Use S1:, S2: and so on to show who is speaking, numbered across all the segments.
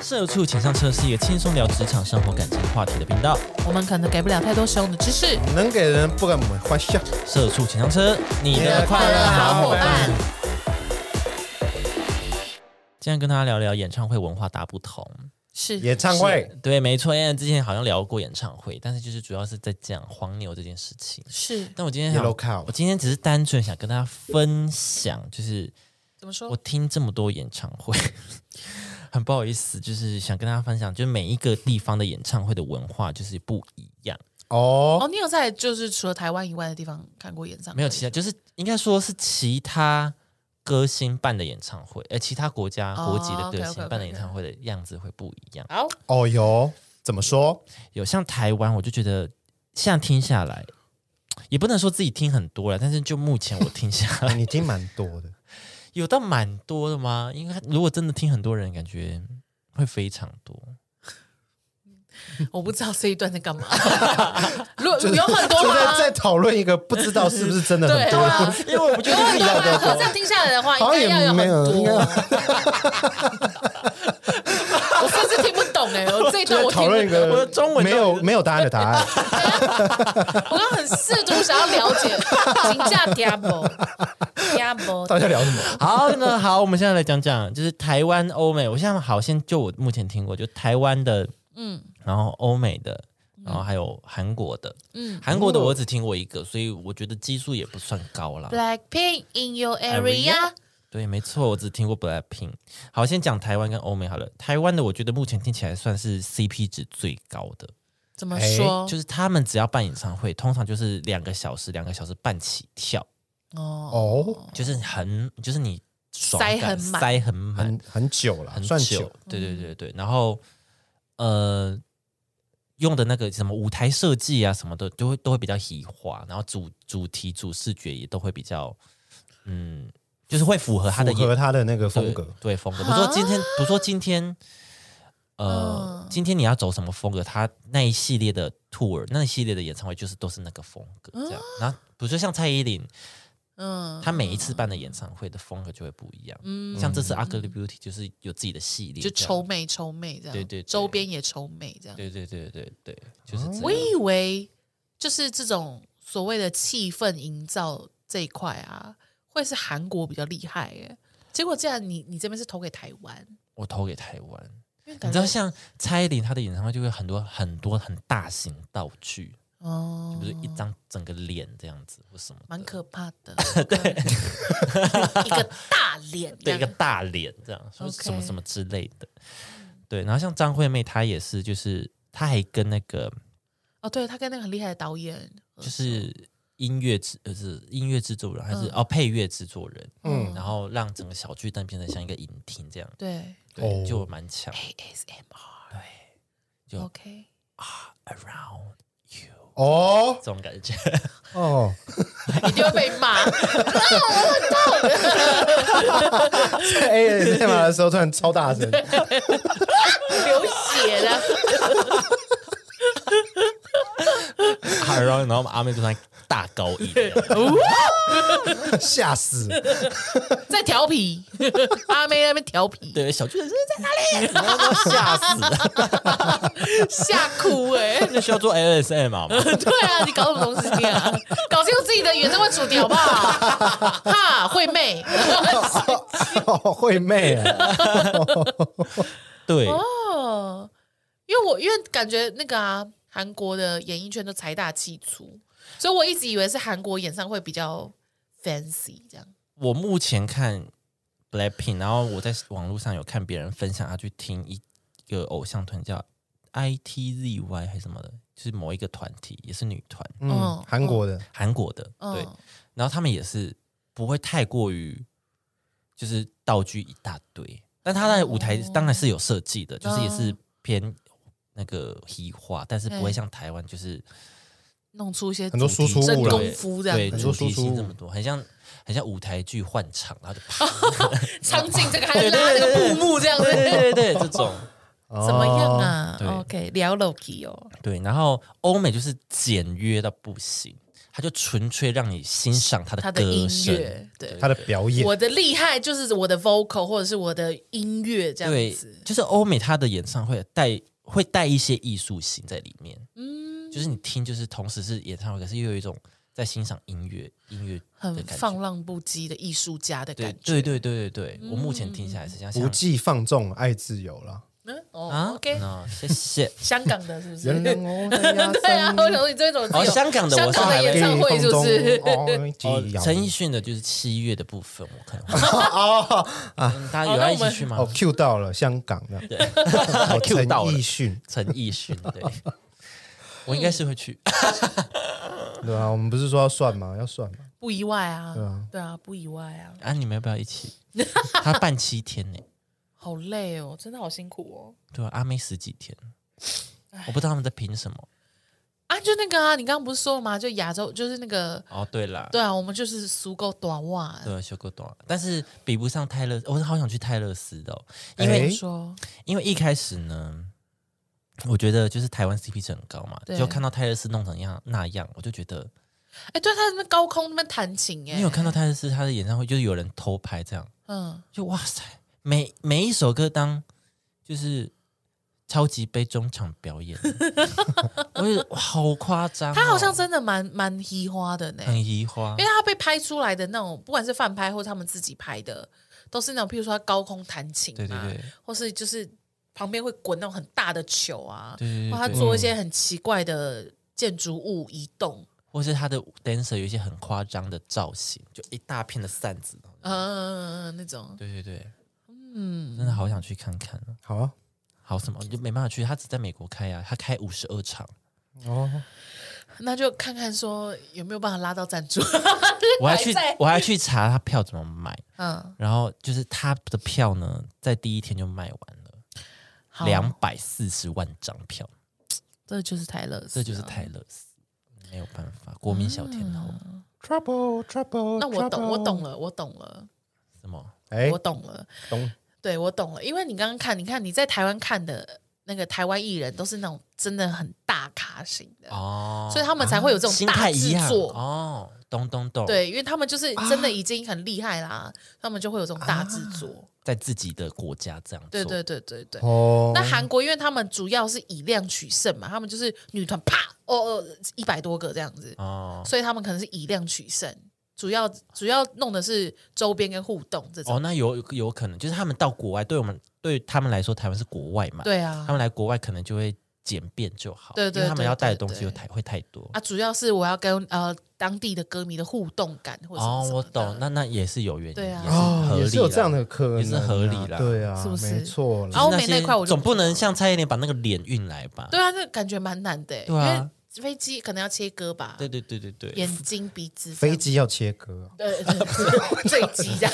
S1: 社畜请上车是一个轻松聊职场、生活、感情话题的频道。
S2: 我们可能给不了太多实用的知识。
S3: 能给人不敢欢笑。
S1: 社畜请上车，你
S3: 的
S1: 的
S3: 快
S1: 快
S3: 乐
S1: 乐
S3: 好
S1: 好
S3: 伙
S1: 伙
S3: 伴
S1: 伴。今天跟大家聊聊演唱会文化大不同。
S2: 是，
S3: 演唱会
S1: 是对，没错，因为之前好像聊过演唱会，但是就是主要是在讲黄牛这件事情。
S2: 是
S1: 但我今天想
S3: ，Yellow，Cow，
S1: 我今天只是单纯想跟大家分享，就是
S2: 怎么说
S1: 我？听这么多演唱会， 很不好意思，就是想跟大家分享，就是每一个地方的演唱会的文化就是不一样，
S3: 哦，
S2: 哦，你有在就是除了台湾以外的地方看过演唱会？
S1: 没有其他，就是应该说是其他歌星办的演唱会，呃，其他国家
S2: 哦
S1: 国籍的歌星
S2: OK，OK，OK，OK
S1: 办的演唱会的样子会不一样。
S2: 好，
S3: 哦哟，怎 么说？
S1: 有像台湾，我就觉得现在听下来，也不能说自己听很多了，但是就目前我听下来
S3: 哎你听蛮多的，
S1: 有到蛮多的吗？因为它如果真的听很多人，感觉会非常多。
S2: 我不知道这一段在 干嘛。如果有很多
S3: 就在
S2: 吗？
S3: 在讨论一个不知道是不是真的很
S2: 对
S3: 多。
S2: 啊，
S1: 因为我不觉
S2: 有
S1: 得
S2: 很多吗？可这样听下来的话，应
S3: 好像
S2: 该
S3: 也
S2: 要有
S3: 没
S2: 很
S3: 有应该
S2: 多。我甚至听不懂哎，我这一
S3: 就
S2: 段
S3: 在
S2: 我听
S3: 讨
S2: 不
S3: 论一
S2: 懂。
S3: 个
S1: 我的中文
S3: 没有没有答案的答 案，
S2: 我刚刚很试图想要了解，请假 Diablo Diablo
S3: 到底在聊什么？
S1: 好，那好，我们现在来讲讲，就是台湾、欧美。我现在好，先就我目前听过，就台湾的，嗯，然后欧美的，然后还有韩国的，嗯，韩国的我只听过一个，所以我觉得基数也不算高
S2: 啊
S1: 啦。
S2: Blackpink in your area。
S1: 对，没错，我只听过 Blackpink。好，先讲台湾跟欧美好了。台湾的，我觉得目前听起来算是 CP 值最高的，
S2: 怎么
S3: 哎
S2: 说？
S1: 就是他们只要办演唱会，通常就是两个小时、两个小时半起跳，
S2: 哦，
S3: 哦，
S1: 就是很，就是你爽
S2: 塞
S1: 感
S2: 很满
S1: 塞很满，
S3: 很很久了，
S1: 很
S3: 算
S1: 久
S3: 久。，嗯
S1: 对对对对。然后呃，用的那个什么舞台设计啊什么的，就会都会比较喜化，然后主主题主视觉也都会比较，嗯，就是会符合他的
S3: 符合
S1: 演
S3: 他的那个风
S1: 对
S3: 格，
S1: 对风格。不是说今天，不是说今天。呃，
S2: 啊嗯
S1: 今天你要走什么风格？他那一系列的 tour，那一系列的演唱会就是都是那个风格这样。然后，比如说像蔡依林，
S2: 嗯，
S1: 她每一次办的演唱会的风格就会不一样。像这次《Ugly
S3: 嗯
S1: Beauty》就是有自己的系列，
S2: 就
S1: 这样
S2: 抽妹抽妹这样，
S1: 对对对
S2: 周边也抽妹这样。
S1: 对对对对对，就是这
S2: 我
S1: 样。
S2: 以为就是这种所谓的气氛营造这一块啊，会是韩国比较厉害耶。结果竟然你你这边是投给台湾，
S1: 我投给台湾，
S2: 因为
S1: 你
S2: 感
S1: 知道
S2: 觉
S1: 像蔡依林她的演唱会就会很多很多很大型道具，
S2: 哦
S1: 比如说一张整个脸这样子或什么的，
S2: 蛮可怕 的，对，一个大脸这
S1: 对一
S2: 样，
S1: 个大脸这样，说
S2: OK
S1: 什么什么之类的。对，然后像张惠妹她也是，就是她还跟那个
S2: 哦，对他跟那个很厉害的导演，呃
S1: 就是音乐制呃是音乐制作人还
S2: 嗯
S1: 是哦配乐制作人，嗯，然后让整个小巨蛋变得像一个影厅这样，
S2: 对
S1: 对，
S3: 哦
S1: 就蛮强。
S2: ASMR，
S1: 就
S2: OK，
S1: Around
S3: 哦
S1: 这种感觉，
S3: 哦，
S2: 一定会被骂，
S3: 在 A S M 的时候突然超 大声，
S2: 流血了。
S1: 然后然后阿妹就突然大高音这样。
S3: 吓死！
S2: 在调 皮，阿妹在那边调皮，
S1: 对，小巨人是在哪里？ 然后都吓死，
S2: 吓哭哎、
S1: 那需要做 ASM 嘛？
S2: 对啊，你搞什么东西啊？搞清楚自己的原生会主题好 不好？哈，惠妹，
S3: 哦惠妹啊，
S1: 对，
S2: 哦，因为我因为感觉那个啊，韩国的演艺圈都财大气粗，所以我一直以为是韩国演唱会比较 fancy 这样。
S1: 我目前看 Blackpink，然后我在网络上有看别人分享，他去听一个偶像团叫 ITZY 还是什么的，就是某一个团体，也是女团，
S3: 嗯
S1: 哦
S2: 嗯，
S3: 韩国的
S1: 韩国的，
S2: 嗯
S1: 对，然后他们也是不会太过于就是道具一大堆，但他的舞台
S2: 哦
S1: 当然是有设计的，就是
S2: 嗯
S1: 也是偏那个西化，但是不会
S2: 嗯
S1: 像台湾就是
S2: 弄出一些
S3: 很多输出
S2: 真
S3: 物了
S2: 功，夫这样
S1: 对，
S2: 子
S3: 很
S1: 主
S3: 多
S1: 题
S3: 输出
S1: 性这么多，很像很像舞台剧换场，然后就啪，
S2: 场 景这个还拉那个布幕这样子，
S1: 对对对，这种
S2: 怎么样
S3: 哦
S2: 啊
S1: 对
S2: ？OK，聊 Loki 哦，
S1: 对。然后欧美就是简约到不行，他就纯粹让你欣赏他
S2: 他
S1: 的
S2: 的音
S1: 歌声。
S2: 乐，对，
S3: 哦他的表演
S2: 我的厉害就是我的 vocal 或者是我的音乐这
S1: 对
S2: 样子，，
S1: 就是欧美他的演唱会带会带一些艺术性在里面，
S2: 嗯，
S1: 就是你听就是同时是演唱会，可是又有一种在欣赏音乐音乐
S2: 很
S1: 的感觉
S2: 放浪不羁的艺术家的
S1: 对
S2: 感觉，
S1: 对对对对对，我目前听下来是这样。
S3: 不
S1: 像
S3: 计放纵爱自由了。
S2: 嗯，哦
S1: 啊
S2: ，OK，
S1: 那谢 谢。
S2: 香港的是不是？
S3: 原
S2: 对
S3: 谅我的压
S2: 啊，
S3: 伤
S2: 我想说你这种
S1: 哦，
S2: 自由
S1: 香港的我是
S2: 香港的
S1: 还
S2: 演
S1: 会。
S2: 唱会是不是
S1: 哦
S3: 哦，
S1: 陈奕迅的就是七月的部分，我可能会
S3: 哦
S1: 嗯大家有要一起去吗
S3: 哦，Q 到了香港的
S1: 我
S3: 陈
S1: ？Q 到了
S3: 奕迅，
S1: 陈奕迅，对，我应该是会去。
S3: 对啊，我们不是说要算吗？要算吗？
S2: 不意外啊
S3: 对啊，
S2: 对啊，不意外啊，
S1: 啊，你们要不要一 起？他办七天呢，
S2: 好累哦，真的好辛苦哦。
S1: 对啊，阿妹十几天，我不知道他们在凭什么。
S2: 啊，就那个啊，你刚刚不是说了吗？就亚洲，就是那个，
S1: 哦，对啦，
S2: 对啊，我们就是足够短袜。
S1: 对，啊修过短，但是比不上泰勒，我是好想去泰勒斯的哦、
S3: 哎
S1: 因为
S2: 你说，
S1: 因为一开始呢，我觉得就是台湾 CP 值很高嘛，
S2: 对
S1: 就看到泰勒斯弄成样那样，我就觉得
S2: 哎，对，他在那高空那边弹琴，哎，
S1: 你有看到？泰勒斯他的演唱会，就是有人偷拍这样，
S2: 嗯，
S1: 就哇塞，每每一首歌当就是超级杯中场表 演，我就哇好夸张哦、
S2: 他好像真的蛮蛮移花的呢，
S1: 很啊移花
S2: 因为，他被拍出来的那种，不管是饭拍或他们自己拍的，都是那种，譬如说他高空弹琴
S1: 对对
S2: 啊，
S1: 对
S2: 或是就是旁边会滚那种很大的球啊，
S1: 对对对
S2: 或他
S1: 对，
S2: 做一些很奇怪的建筑物移动，
S1: 或是他的 dancer 有一些很夸张的造型，就一大片的扇子，
S2: 嗯，那种，
S1: 对对对，
S2: 嗯，
S1: 真的好想去看看哦。
S3: 好啊
S1: 好什么？你就没办法去，他只在美国开啊，他开五十二场，
S3: 哦，
S2: 那就看看说有没有办法拉到赞助。
S1: 我还去
S2: 还在
S1: 我还去查他票怎么买，
S2: 嗯，
S1: 然后就是他的票呢，在第一天就卖完了
S2: 好，
S1: 两百四十万张票，
S2: 这就是泰勒斯啊，
S1: 这就是泰勒斯，没有办法，国民小天后，
S3: Trouble, trouble,
S2: 那我懂，
S3: trouble
S2: 我懂。了，我懂了，
S1: 什么？
S3: 哎
S2: 我，懂了，
S3: 懂
S2: 对我懂了，因为你刚刚看，你看你在台湾看的那个台湾艺人都是那种真的很大咖型的，
S1: 哦，
S2: 所以他们才会有这种
S1: 啊心
S2: 大
S1: 态一
S2: 制
S1: 样
S2: 作
S1: 哦，懂懂懂，，
S2: 对，因为他们就是真的已经很厉害啦，他们就会有这种大制作，
S1: 在自己的国家这样做，
S2: 对对对对对。
S3: 哦。
S2: 那韩国，因为他们主要是以量取胜嘛，他们就是女团啪哦哦一百多个这样子，
S1: 哦
S2: 所以他们可能是以量取胜，主要主要弄的是周边跟互动这种。
S1: 哦，那有有可能就是他们到国外，对我们对他们来说，台湾是国外嘛，
S2: 对啊
S1: 他，们来国外可能就会简便就好，
S2: 对
S1: 因为
S2: 对
S1: 他们
S2: 对
S1: 要
S2: 对
S1: 带的东西
S2: 对
S1: 又太会太多。
S2: 啊，主要是我要跟呃当地的歌迷的互动感或者什么
S1: 哦，我
S2: 什么的
S1: 懂，那那也是有原因，
S2: 对啊
S1: 也是
S3: 哦
S1: 合，理
S3: 也
S1: 啦，
S3: 是有这样的可能啊，
S1: 也是合理啦
S3: 对啊，
S2: 是不是
S3: 没错
S1: 就是
S2: 然
S3: 啦。
S2: 后欧
S1: 那
S2: 美那
S1: 些
S2: 块我就
S1: 总
S2: 不
S1: 不
S2: 知道
S1: 能像蔡依林把那个脸运来吧？
S2: 对啊，那感觉蛮难的欸，
S1: 对啊
S2: 因为飞机可能要切割吧，
S1: 对对对对对
S2: 眼睛、鼻子、
S3: 飞机要切割，啊
S2: 对， 坠机这样，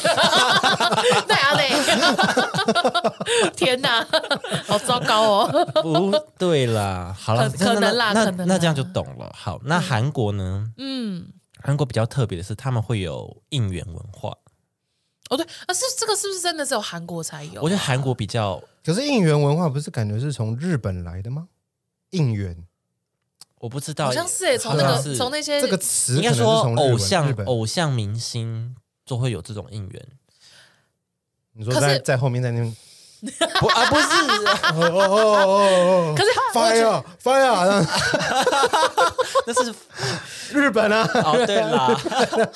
S2: 对啊，对， 天哪，好糟糕哦，
S1: 不对啦，好了，
S2: 可
S1: 那
S2: 可能啦
S1: 那
S2: 可
S1: 那
S2: 能
S1: 那
S2: 啦
S1: 这样就懂了。好，那韩国呢？
S2: 嗯，
S1: 韩国比较特别的是，他们会有应援文化。
S2: 哦对，啊是这个是不是真的只有韩国才有？啊
S1: 我觉得韩国比较，
S3: 可是应援文化不是感觉是从日本来的吗？应援
S1: 我不知道，
S2: 好像是诶，从那
S1: 好
S2: 个
S1: 像是
S2: 从那些
S3: 这个
S1: 应
S3: 词可
S1: 该
S3: 能是
S1: 说
S3: 从日本
S1: 偶像
S3: 日本
S1: 偶像明星就会有这种应 援，
S3: 你说
S2: 可是
S3: 在在后面在那边，
S1: 不啊不是，
S3: 哦哦哦哦哦，
S2: 可是
S3: 어, fire fire，
S1: 那是
S3: 日本啊，
S1: 哦对啦，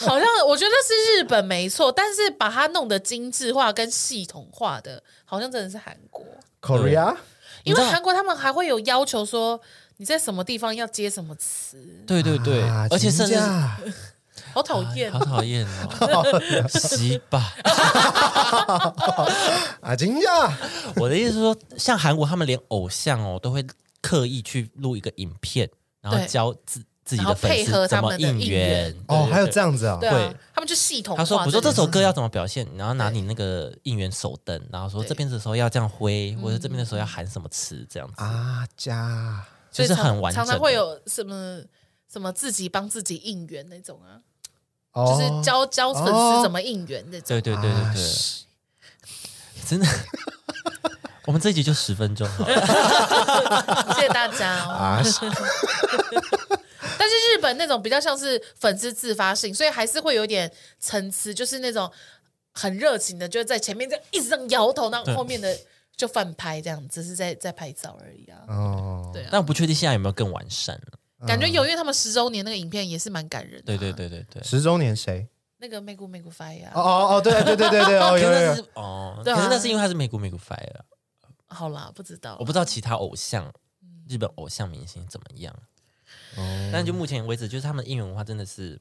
S2: 好像我觉得是日本没错，但是把它弄得精致化跟系统化的，好像真的是韩国。
S3: Korea，
S1: 你
S2: 因
S1: 知
S2: 为
S1: 道
S2: 韩国他们还会有要求说你在什么地方要接什么词，
S1: 对
S3: 네.
S1: 对对
S3: 啊，
S1: 而且甚至
S3: 真
S1: 是
S3: 假
S2: 好讨 厌
S1: 哎好讨厌哦， 洗吧。
S3: 啊，金价
S1: 我的意思是说，像韩国他们连偶像哦都会刻意去录一个影片，然后
S2: 对
S1: 教自自己
S2: 然
S1: 的
S2: 后
S1: 粉
S2: 配合
S1: 丝怎
S2: 他
S1: 么
S2: 们的
S1: 应
S2: 应
S1: 援
S2: 援
S3: 哦，还有
S1: 对
S3: 这样子啊
S2: 对，啊
S1: 会，
S2: 他们就系统化
S1: 他
S2: 件事。
S1: 说：“我说这首歌要怎么表现？然后拿你那个应援手灯，然后说
S2: 对
S1: 这边的时候要这样挥，
S2: 嗯
S1: 或者这边的时候要喊什么词，这样子
S3: 啊加
S1: 就
S2: 所以
S1: 是
S2: 常
S1: 很完整
S2: 常
S1: 的。
S2: 常会有什么什么自己帮自己应援那种啊，
S3: 哦
S2: 就是教教粉丝怎么应援那种。
S1: 对对对对
S3: 啊
S1: 对，
S3: 是
S1: 真的。 我们这一集就十 分钟好了，
S3: 아,
S2: 谢谢大家、哦。
S3: 啊，是
S2: 哦但但是日本那种比较像是粉丝自发性，所以还是会有点层次，就是那种很热情的，就在前面这样一直这样摇头，然后
S1: 对
S2: 后面的就翻拍这样，只是在在拍照而已啊。
S3: 哦，
S2: 对啊，
S1: 但我不确定现在有没有更完善了。
S2: 感觉有，因为他们十周年那个影片也是蛮感人的、
S1: 对
S2: 啊
S1: 对，对对对。
S3: 十周年谁？
S2: 那个美股美股发呀，
S3: 哦哦哦，对对对对对，哦
S1: 可是
S3: 有有
S1: 那
S3: 有，
S1: 是哦，
S2: 对啊
S1: 可是那是因为他是美股美股 fire，了
S2: 好啦，不知道，
S1: 我不知道其他偶像日本偶像明星怎么样。
S3: 哦
S1: 但就目前为止，就是他们的应援文化真的是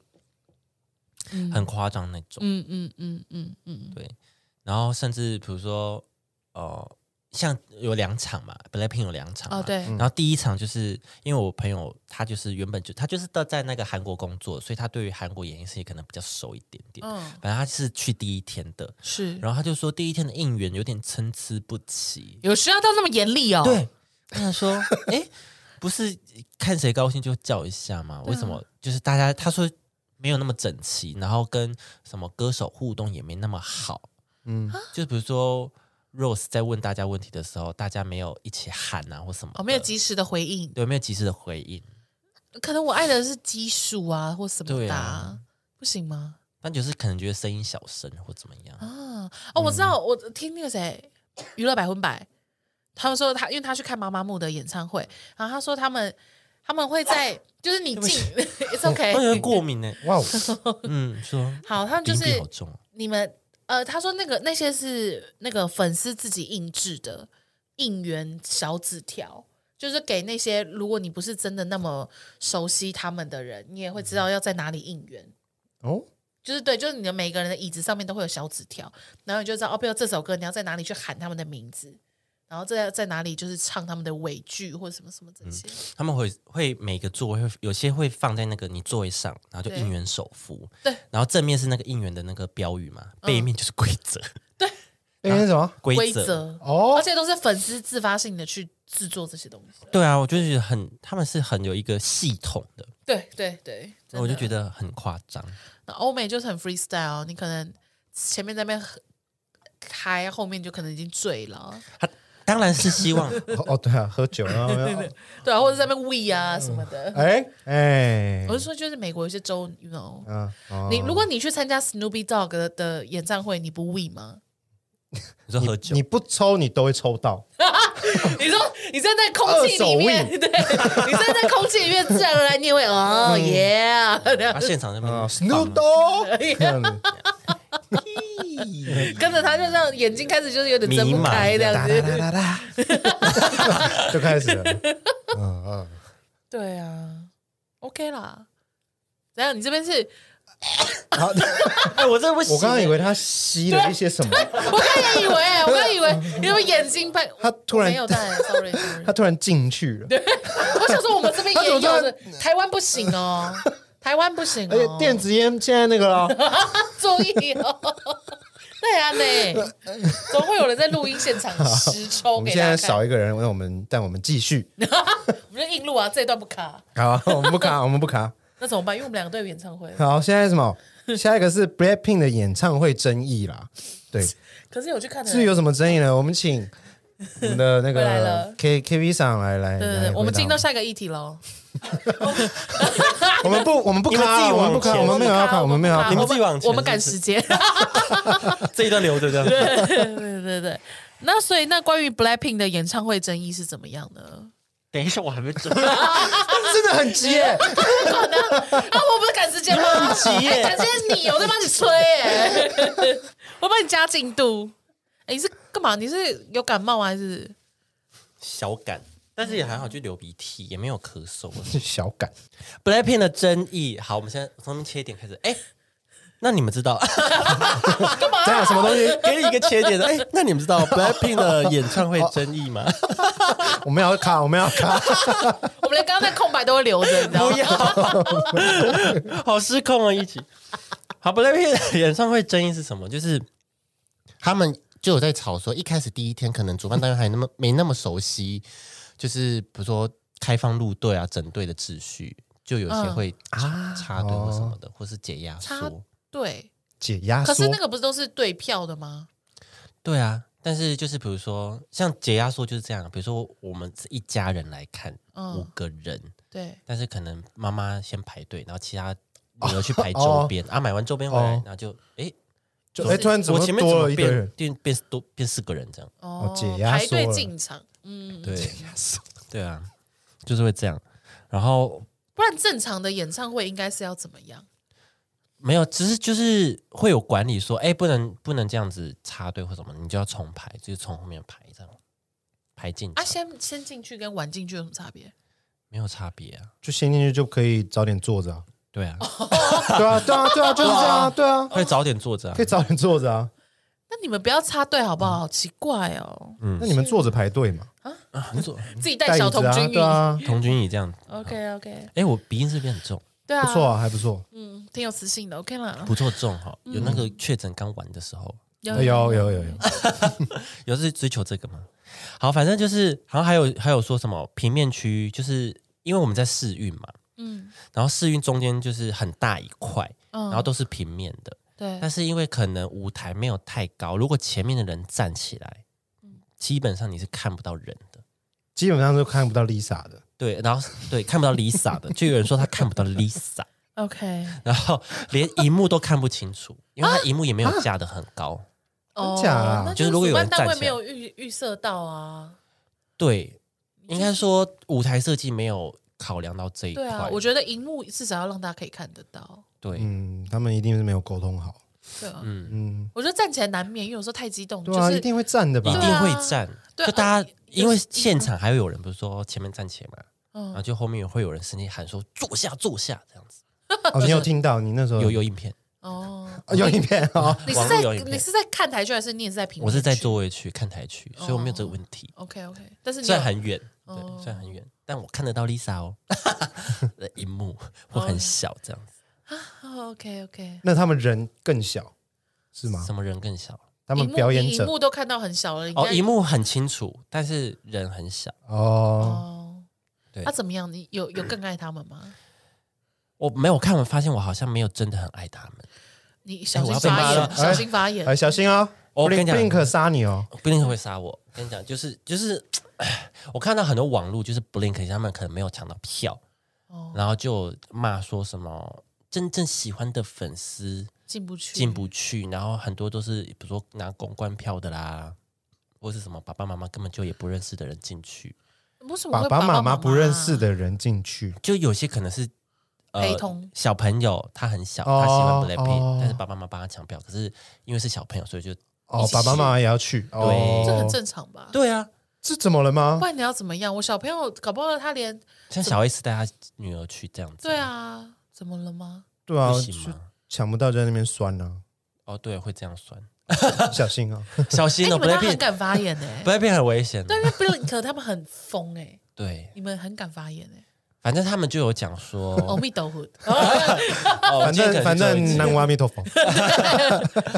S2: 嗯
S1: 很夸张那种。
S2: 嗯嗯嗯嗯嗯，
S1: 对，然后甚至比如说，呃，像有两场嘛，BLACKPINK 有两场嘛
S2: 哦对，
S1: 然后第一场就是因为我朋友他就是原本就他就是到在那个韩国工作，所以他对于韩国演艺事业可能比较熟一点点。
S2: 嗯
S1: 反正他是去第一天的，
S2: 是，
S1: 然后他就说第一天的应援有点参差不齐。
S2: 有需要到那么严厉哦？，
S1: 对，他想 说，哎，不是看谁高兴就叫一下吗？
S2: 啊
S1: 为什么就是大家他说没有那么整齐，然后跟什么歌手互动也没那么好，
S3: 嗯，
S1: 就比如说 Rose 在问大家问题的时候，大家没有一起喊啊或什么的，
S2: 哦我没有及时的回应，
S1: 对，没有及时的回应。
S2: 可能我爱的是基数啊或什么
S1: 对
S2: 的、
S1: 啊
S2: 不行吗？
S1: 但就是可能觉得声音小声或怎么样，
S2: 啊，
S1: 嗯
S2: 哦，我知道，我听那个谁，娱乐百分百，他们说他，因为他去看妈妈木的演唱会，然后他说他们他们会在，就是你进 ，it's
S1: 我有点
S2: okay，
S1: 过敏呢、
S3: 哇哦，
S1: 嗯，说
S2: 好，他们就
S1: 鼻涕
S2: 是
S1: 好重，哦
S2: 你们呃，他说那个那些是那个粉丝自己印制的应援小纸条，就是给那些如果你不是真的那么熟悉他们的人，你也会知道要在哪里应援。
S3: 哦，
S2: 就是对，就是你的每个人的椅子上面都会有小纸条，然后你就知道哦，比如这首歌你要在哪里去喊他们的名字，然后在在哪里就是唱他们的尾句或者什么什么这些。
S1: 他们会会每个座位会有些会放在那个你座位上，然后就
S2: 对
S1: 应援手幅，
S2: 对，
S1: 然后正面是那个应援的那个标语嘛，背面就是规则，
S3: 哎，那什么？
S1: 规
S2: 规
S1: 则，
S2: 则，而
S3: 哦，
S2: 且都是粉丝自发性的去制作这些东西。
S1: 对啊，我就觉得很，他们是很有一个系统的，
S2: 对对对，
S1: 我就觉
S2: 得
S1: 得很夸张，
S2: 欧美就是很 freestyle，你可能前面在那边很开，后面就可能已经醉了，
S1: 他当然是希望
S3: 哦哦，对啊，喝酒啊，
S2: 对啊，或者在那边 we 啊什么的。
S3: 哎哎
S2: 我，
S3: 어,
S2: 是说，就是美国有些州，you know，
S3: 嗯，哦
S2: 你如果你去参加 Snoopy Dog 的的演唱会，你不 we 吗？
S1: 你说喝酒
S3: 你，不抽，你都会抽到。
S2: 你说你站在空气里面
S3: 二手，
S2: 对，你站在空气里 面，自然而然你也会
S3: 嗯
S2: 哦耶，
S1: 他现场那边
S3: 啊
S1: 放
S3: ，Snoop Dogg，这样子
S2: 跟着他就这样，眼睛开始就是有点睁不开这样
S3: 哒哒
S2: 子。
S3: 哒哒哒， 就开始了。嗯嗯，
S2: 对啊，OK 啦。怎样？你这边是？
S3: 好，
S1: 哎，我真的不行，
S3: 我刚刚以为他吸了一些什么，
S2: 我刚也以为，我刚以为你有眼睛被
S3: 他突然
S2: 没有戴，sorry sorry
S3: 他。突然进去了，
S2: 我想说我们这边
S3: 他
S2: 也
S3: 怎
S2: 有
S3: 么突然
S2: 的，台湾不行 哦，台湾不行
S3: 而
S2: 哦
S3: 且，哎电子烟现在那个了，
S2: 注意哦。对啊，呢，总会有人在录音现场实
S3: 我
S2: 抽
S3: 们
S2: 给
S3: 现
S2: 大
S3: 在
S2: 家看。
S3: 少一个人，那我们但我们继续，
S2: 我们就硬录啊，这一段不卡。
S3: 好，我们不卡，我们不卡。
S2: 那怎么办？因为我们两个都有演唱会，
S3: 好，现在是什么？下一个是 Blackpink 的演唱会争议啦，对，
S2: 可是有去看的人。
S3: 至于有什么争议呢？我们请我们的那
S2: 回来
S3: 个
S2: 了
S3: K K V 上来来，
S2: 对对
S3: 来
S2: 对，
S3: 回
S2: 我们
S3: 答
S2: 进到下一个议题喽。
S3: 我们不，我们不
S1: 你们自
S3: 卡，
S1: 己
S3: 我们
S1: 往
S3: 不卡，
S1: 前
S3: 我们没有要
S2: 不
S3: 卡，我们没有要
S2: 不
S3: 卡
S1: 你。们
S2: 我
S1: 自己往前
S2: 我们赶
S1: 是不是
S2: 时间。
S1: 这一段留着的，
S2: 对对对对。那所以，那关于 Blackpink 的演唱会争议是怎么样呢？
S1: 等一下我还没准备，
S3: 真的很急耶！
S2: 啊，我不是赶时间吗？
S1: 急耶
S2: 哎赶时间是你，我在帮你催耶， 我帮你加进度。哎，你是干嘛？你是有感冒还是？
S1: 小感，但是也还好，就流鼻涕，也没有咳嗽。
S3: 小感，
S1: BLACKPINK 的争议，好，我们现在从切点开始，哎。那你们知道，
S2: 干嘛
S3: 这样什么东西？
S1: 给你一个切点的，哎，那你们知 道 BLACKPINK 的演唱会争议吗？
S3: 我们要卡，我们要卡。
S2: 我们连刚刚那空白都会留着，你知 道吗？
S1: 好失控啊！一起。好，BLACKPINK 的演唱会争议是什么？就是他们就有在吵说，一开始第一天可能主办单位还那么没那么熟悉，就是比如说开放入队啊、整队的秩序，就有些会插插队或什么的，或是解压
S2: 嗯啊哦插
S1: 缩。
S2: 对，
S3: 解压
S2: 可是
S3: 缩
S2: 那，个不是都是对票的吗？
S1: 对啊，但是就是比如说像解压缩就是这样，比如说我们是一家人来看、
S2: 嗯
S1: 五个人，
S2: 对，
S1: 但是可能妈妈先排队，然后其他女儿去排周边、啊，买完周边回来，
S3: 哦
S1: 然后就哎，
S3: 就
S1: 怎
S3: 哎，
S1: 么
S3: 突然怎
S1: 我
S3: 么
S1: 前面怎
S3: 多
S1: 么
S3: 了一堆
S1: 变
S3: 人？
S1: 变变多变四个人这样，
S2: 哦，
S3: 解压
S2: 排队
S3: 缩了
S2: 进场，嗯，
S1: 对， 对啊，就是会这样，然后
S2: 不然正常的演唱会应该是要怎么样？
S1: 没有，只是就是会有管理说，哎，不能不能这样子插队或什么，你就要重排，就是从后面排这样排进
S2: 啊，
S1: 场，
S2: 先先进去跟晚进去有什么差别？
S1: 没有差别啊，
S3: 就先进去就可以早点坐着啊。
S1: 对啊，
S3: 对啊，对啊，对啊，就是这样啊，对啊，
S1: 会早点坐着、啊
S3: 可以，早点坐着啊。
S2: 那你们不要插队好不
S3: 嗯
S2: 好？好奇怪哦，
S3: 那你们坐着排队嘛，
S1: 啊你坐
S2: 自己
S3: 带
S2: 带
S3: 椅
S2: 小童
S3: 子啊，
S2: 军
S3: 对啊，
S1: 童军椅这样，
S2: OK OK，
S1: 哎，我鼻音是不是很重？
S2: 对啊，
S3: 不错，啊，还不错。
S2: 嗯，挺有磁性的，OK 啦，
S1: 不错重哈，有那个确诊刚完的时候，
S2: 有
S3: 有哎有有有有，
S1: 有是追求这个吗？好，反正就是，好像还有还有说什么平面区，就是因为我们在试运嘛，
S2: 嗯
S1: 然后试运中间就是很大一块，
S2: 嗯，
S1: 然后都是平面的，
S2: 对
S1: 但，是因为可能舞台没有太高，如果前面的人站起来，
S2: 嗯
S1: 基本上你是看不到人的。
S3: 基本上都看不到 Lisa 的。
S1: 对，然后对看不到 Lisa 的，就有人说他看不到 Lisa，
S2: OK，
S1: 然后连荧幕都看不清楚，因为他荧幕也没
S2: 啊
S1: 有架的很高。
S2: 哦，
S3: 假啊
S2: 那
S1: 就是如果有
S2: 主办
S1: 人
S2: 单
S1: 站
S2: 位
S1: 起
S2: 没
S1: 来
S2: 有预预设到啊，
S1: 对，应该说舞台设计没有考量到这一块。
S2: 对啊，我觉得荧幕至少要让大家可以看得到，
S1: 对，
S3: 嗯，他们一定是没有沟通好。
S2: 对啊，
S1: 嗯，
S3: 嗯，
S2: 我觉得站起来难免，因为有时候太激动，
S3: 对
S2: 就
S3: 啊，
S2: 是
S3: 一定会站的吧
S1: 一？
S2: 对
S1: 定
S2: 啊
S1: 会站。
S2: 对
S1: 就
S2: 啊
S1: 大家
S2: 有
S1: 因为现场还会有人，不是说前面站起来嘛，然后
S2: 嗯，
S1: 就后面会有人声音喊说坐下坐下这样子。
S3: 哦，你有听到？你那时候
S1: 有有影片，
S2: 哦，
S3: 哦有影片啊？
S2: 你
S1: 网络
S2: 是在
S1: 有影片
S2: 你是在看台剧还是你也是在评论
S1: 我
S2: 区？
S1: 是在座位区看台区，所以我没有这个问题。
S2: OK OK，但是你
S1: 虽然
S2: 有
S1: 很远，
S2: 哦
S1: 对，虽然很远，但我看得到 Lisa 哦，的荧幕会很小这样子，
S2: 哦 OK OK，
S3: 那他们人更小是吗？
S1: 什么人更小？
S3: 他们表演
S2: 荧
S3: 者
S2: 幕都看到很小了，应
S1: 哦，
S2: 该
S1: 荧幕很清楚，但是人很小。
S3: 哦，
S2: 哦，
S1: 对
S2: 那怎么样？你有有更爱他们吗？
S1: 我没有看完，发现我好像没有真的很爱他们。
S2: 你小
S1: 哎我
S2: 心
S1: 要被
S2: 发
S1: 骂
S2: 言，
S1: 了
S2: 小心发言
S3: 哎，。小心哦！
S1: 哦我跟你
S3: Blink-
S1: 讲
S3: Blink 杀你哦！
S1: Blink 会杀我，跟你讲，就是就是，我看到很多网络就是 Blink 他们可能没有抢到票，
S2: 哦，
S1: 然后就骂说什么真正喜欢的粉丝
S2: 进不去，
S1: 进不去，然后很多都是比如说拿公关票的啦，或是什么爸爸妈妈根本就也不认识的人进去，
S2: 为什么
S3: 爸
S2: 会
S3: 爸妈
S2: 妈
S3: 妈不认识的人进去，
S1: 就有些可能是。呃
S2: 陪同
S1: 小朋友，他很小，
S3: 哦
S1: 他喜欢 BLACKPINK，、
S3: 哦
S1: 但是爸爸妈妈帮他抢票，可是因为是小朋友，所以就
S3: 哦
S1: 一，起
S3: 爸爸妈妈也要去，哦，
S2: 这很正常吧？，
S1: 对啊，
S3: 这怎么了吗
S2: 不？然你要怎么样？我小朋友搞不好他连
S1: 像小 S 带他女儿去这样子，
S2: 对，啊，怎么了吗？
S3: 对啊，
S1: 不行
S3: 就
S1: 吗？
S3: 抢不到就在那边酸 啊，
S1: 哦，对，会这样算，
S3: 小心啊！
S1: 小
S2: 哎，
S1: 心
S2: 你
S1: 哦
S2: 们他很
S1: ，BLACKPINK
S2: 敢发 言呢、欸
S1: BLACKPINK 很危险的
S2: 对，，因为 Blink 他们很疯哎、
S1: 对，
S2: 你们很敢发言哎、
S1: 反正他们就有讲说，
S2: 欸，阿弥陀 佛，
S1: 哦
S3: 反
S1: 今天可
S3: 正
S1: 能
S3: 反
S1: 最后一
S3: 正
S1: 集
S3: 南无阿弥陀佛，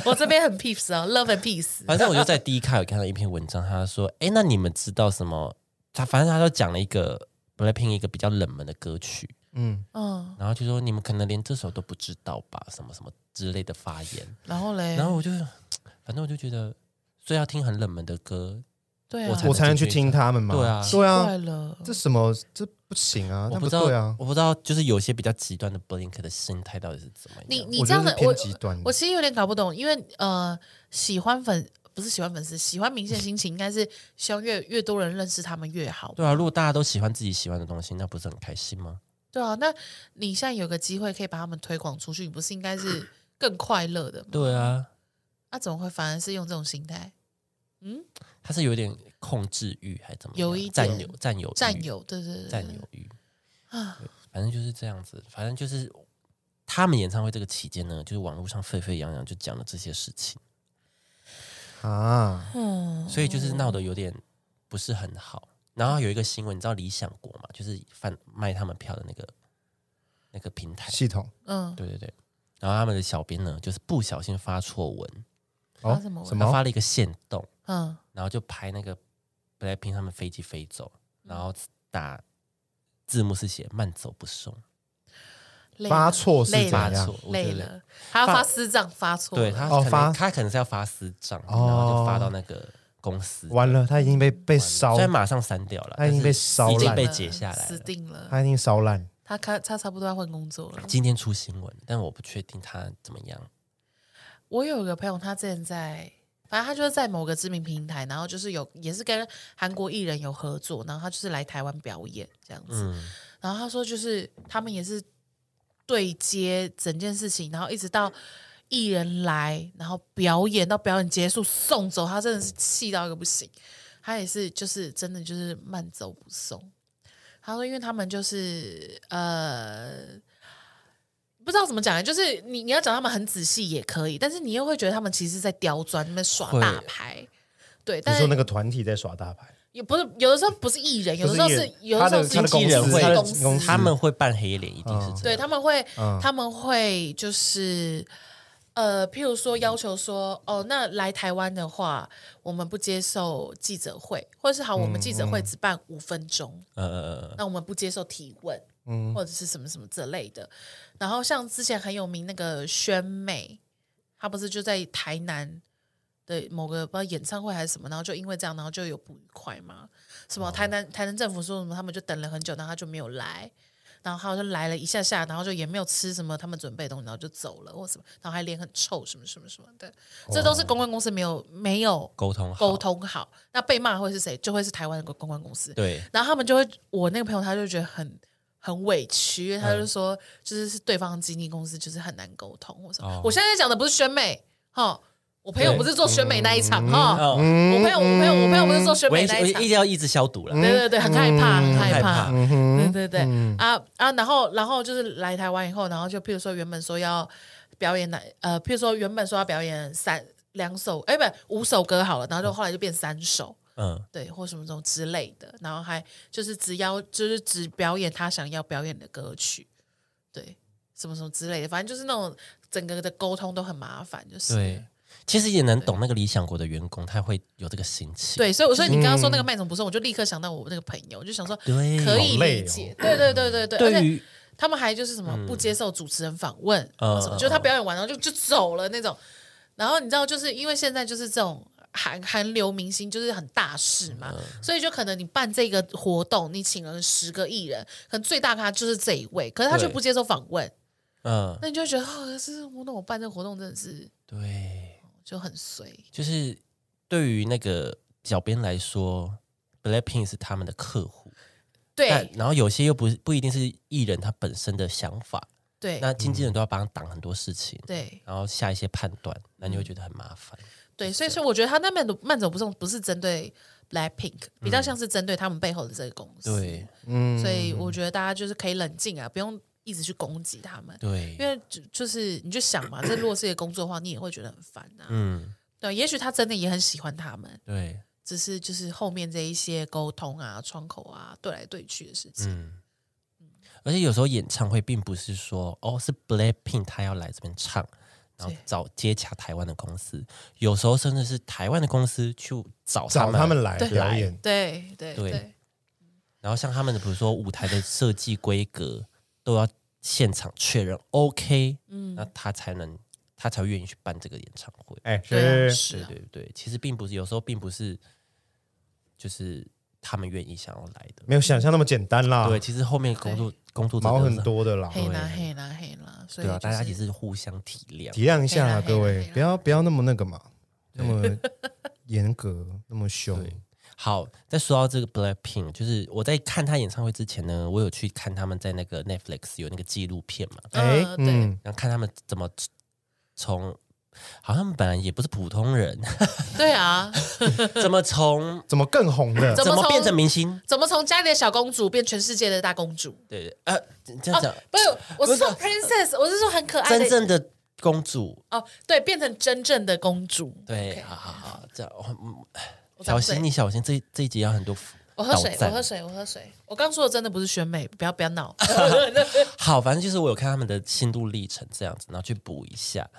S2: 我这边很 peace 啊，love and peace。
S1: 反正我就在第一看有看到一篇文章，他说：“哎、那你们知道什么？”他反正他就讲了一个 BLACKPINK 一个比较冷门的歌曲，
S3: 嗯，
S2: 嗯，
S1: 然后就说你们可能连这首都不知道吧，什么什么之类的发言。
S2: 然后嘞，
S1: 然后我就，反正我就觉得，所以要听很冷门的歌，
S2: 对啊，
S1: 我
S3: 我才能去听他们嘛，
S1: 对啊
S3: 对
S2: 怪哦
S3: 啊，
S2: 了，
S3: 这什么这不行啊，
S1: 我
S3: 那
S1: 不知道，
S3: 对啊，
S1: 我不知道，就是有些比较极端的 BLACK 的心态到底是怎么样。
S2: 你你
S3: 我
S2: 这
S3: 觉
S2: 样
S3: 得
S2: 的
S3: 是
S2: 我
S3: 偏极端的
S2: 我其实有点搞不懂，因为呃，喜欢粉不是喜欢粉丝，喜欢明星的心情应该是希望越越多人认识他们越好。
S1: 对啊，如果大家都喜欢自己喜欢的东西，那不是很开心吗？
S2: 对啊，那你现在有个机会可以把他们推广出去，你不是应该是更快乐的吗？
S1: 对啊，
S2: 那、怎么会反而是用这种心态
S1: 他是有点控制欲还是怎么样？
S2: 有一点
S1: 占有占有欲
S2: 占有？对对对，对
S1: 嗯占有欲。
S2: 啊，
S1: 反正就是这样子，反正就是他们演唱会这个期间呢，就是网络上沸沸扬扬就讲了这些事情，
S3: 啊，
S2: 嗯，
S1: 所以就是闹得有点不是很好。然后有一个新闻，你知道理想国嘛，就是贩卖他们票的那个那个平台，
S3: 系统
S2: 嗯，
S1: 对对对。然后他们的小编呢，就是不小心发错文，
S3: 哦
S2: 发什么文
S3: 什
S1: 他
S3: 么
S1: 发了一个线动，
S2: 嗯，
S1: 然后就拍那个 BLACKPINK 他们飞机飞走，然后打字幕是写“慢走不送
S2: 累
S3: 发
S2: 了
S3: 错是
S2: 累
S3: 怎
S2: 了
S1: 发
S3: 样
S1: 错，我觉
S2: 累
S1: 得
S2: 了，还要
S1: 发
S2: 发私账发”，错了，
S1: 对他
S3: 哦
S1: 可能
S3: 发
S1: 他可能是要发私账，
S3: 哦
S1: 然后就发到那个公司，
S3: 完了，他已经被被烧
S1: 虽，然马上删掉了，
S3: 他已经被
S1: 但是
S3: 烧烂
S1: 已经
S3: 了
S1: 被截下来
S2: 嗯死
S1: 了。
S2: 定了。
S3: 他已经烧烂。
S2: 他开他差不多要换工作了。
S1: 今天出新闻，但我不确定他怎么样。
S2: 我有一个朋友，他之前在，反正他就是在某个知名平台，然后就是有也是跟韩国艺人有合作，然后他就是来台湾表演这样子。
S1: 嗯，
S2: 然后他说，就是他们也是对接整件事情，然后一直到艺人来，然后表演到表演结束送走，他真的是气到一个不行。他也是就是真的就是慢走不送。他说，因为他们就是呃。不知道怎么讲，欸就是你你要讲他们很仔细也可以，但是你又会觉得他们其实在刁钻，那边耍
S1: 会
S2: 大牌，对，
S3: 你
S2: 但是
S3: 说那个团体在耍大牌，
S2: 也不是有的时候不是艺人，有的时候
S3: 不是
S2: 是
S3: 艺人
S2: 有的时候是
S3: 他的
S1: 经纪人
S2: 经纪
S1: 会
S2: 公司
S3: 公司
S1: 他们会扮黑脸，一定是这样。
S2: 对他们会，
S3: 哦嗯
S2: 他们会就是呃，譬如说要求说，哦，那来台湾的话，我们不接受记者会，或者是好，我们记者会只办五分钟，
S1: 呃呃呃，
S2: 那我们不接受提问，
S3: 嗯
S2: 或者是什么什么这类的。然后像之前很有名那个宣美，她不是就在台南的某个不知道演唱会还是什么，然后就因为这样，然后就有不愉快嘛。什么台
S1: 哦
S2: 南台南政府说什么，他们就等了很久，然后他就没有来。然后他就来了一下下，然后就也没有吃什么他们准备的东西，然后就走了或什么，然后还脸很臭，什么什么什么的，这都是公关公司没有没有
S1: 哦沟通好
S2: 沟，通好。那被骂会是谁？就会是台湾的公关公司。
S1: 对，
S2: 然后他们就会，我那个朋友他就觉得很很委屈，因为他就说，就是是对方经纪公司就是很难沟通。我说，
S1: 哦
S2: 我现在讲的不是选美哈，我朋友
S1: 对
S2: 不是做选美那一场哈，
S1: 哦，
S2: 我朋友我朋友我朋友不是做选
S1: 我
S2: 美
S1: 也
S2: 那
S1: 我
S2: 一
S1: 也
S2: 场
S1: 一定。要一直消毒了。
S3: 嗯
S2: 对对对，很害怕，很害
S1: 害
S2: 怕
S1: 怕，
S2: 对对对，啊啊，然后然后就是来台湾以后，然后就譬如说原本说要表演哪，呃，譬如说原本说要表演三两首，哎，不五首歌好了，然后就后来就变三首，
S1: 嗯，
S2: 对，或什么什么之类的，然后还就是只要就是只表演他想要表演的歌曲，对，什么什么之类的，反正就是那种整个的沟通都很麻烦，就是
S1: 对。其实也能懂那个理想国的员工，他会有这个心情。
S2: 对所以我说你刚刚说那个麦总不是，我就立刻想到我那个朋友，我就想说
S1: 对
S2: 可以
S3: 好累
S2: 理
S3: 哦
S2: 解，对对对对对，而
S1: 对
S2: 且
S1: 于
S2: 他们还就是什么不接受主持人访问，
S1: 嗯
S2: 什么，就是他表演完然后就就走了那种。然后你知道，就是因为现在就是这种韩韩流明星就是很大事嘛，
S1: 嗯
S2: 所以就可能你办这个活动，你请了十个艺人，可能最大咖就是这一位，可是他却
S1: 对
S2: 不接受访问，
S1: 嗯，
S2: 那你就会觉得，哦，可是我那我办这个活动真的是
S1: 对，
S2: 就很衰，
S1: 就是对于那个小编来说，Blackpink 是他们的客户，但
S2: 对
S1: 然后有些又不不一定是艺人他本身的想法，
S2: 对
S1: 那经纪人都要帮他挡很多事情，
S2: 嗯对嗯
S1: 然后下一些判断，那你会觉得很麻烦。
S2: 对，所以说我觉得他那慢走慢走不送不是针对 Blackpink，比较像是针对他们背后的这个公司，
S1: 嗯对
S3: 嗯，
S2: 所以我觉得大家就是可以冷静啊，不用一直去攻击他们，因
S1: 对，
S2: 为就就是你就想嘛，这如果是一个工作的话，你也会觉得很烦啊。
S1: 嗯，
S2: 对，也许他真的也很喜欢他们，
S1: 对，
S2: 只是就是后面这一些沟通啊、窗口啊、对来对去的事情。
S1: 嗯。而且有时候演唱会并不是说哦是 Blackpink 他要来这边唱，然后
S2: 对
S1: 找接洽台湾的公司，有时候甚至是台湾的公司去找
S3: 找他们来
S2: 对
S3: 表演，
S2: 对对
S1: 对
S2: 对
S1: 然后像他们的，比如说舞台的设计规格，都要现场确认 OK，嗯，那他才能他才会愿意去办这个演唱会。
S3: 哎，
S2: 对啊，
S3: 是
S2: 是
S1: 对
S2: 啊，
S1: 对对，其实并不是有时候并不是就是他们愿意想要来的。
S3: 没有想象那么简单啦，
S1: 对，其实后面工作工作真的
S3: 毛很
S1: 是，
S3: 多的啦，
S2: 黑啦
S1: 对啊
S2: 黑啦黑啦，所以
S1: 对啊，
S2: 就
S1: 大家也
S2: 是
S1: 是互相体谅。
S3: 体谅一下啦，
S1: 啊
S2: 黑啦
S3: 各
S2: 黑
S3: 位
S2: 啦，
S3: 不要不要那么那个嘛，那么严格，那么凶，
S1: 对好，再说到这个 Blackpink，就是我在看他演唱会之前呢，我有去看他们在那个 Netflix 有那个纪录片嘛，
S3: 哎
S2: 呃，对
S3: 嗯，
S1: 然后看他们怎么从，好像本来也不是普通 人，
S2: 对啊，
S1: 怎么从
S3: 怎么更红的？
S2: 怎
S1: 怎
S2: 么
S1: 么
S2: 从
S1: 变成明星？
S2: 怎么从家里的小公主变全世界的大公主？
S1: 对，呃，这
S2: 哦哎
S1: 样讲，，
S2: 不是，我是
S1: 不是
S2: 说 princess，我是说很可爱
S1: 真
S2: 的
S1: 正的公主，
S2: 哦，对，变成真正的公主。
S1: 对，
S2: OK
S1: 好好好，这样，嗯
S2: 我
S1: 小
S2: 张嘴
S1: 心你小心，这这一集要很多
S2: 我喝水
S1: 倒，
S2: 我
S1: 赞
S2: 喝水，我喝水。我刚说的真的不是选美，不要不要闹。
S1: 好，反正就是我有看他们的心路历程这样子，然后去补一下，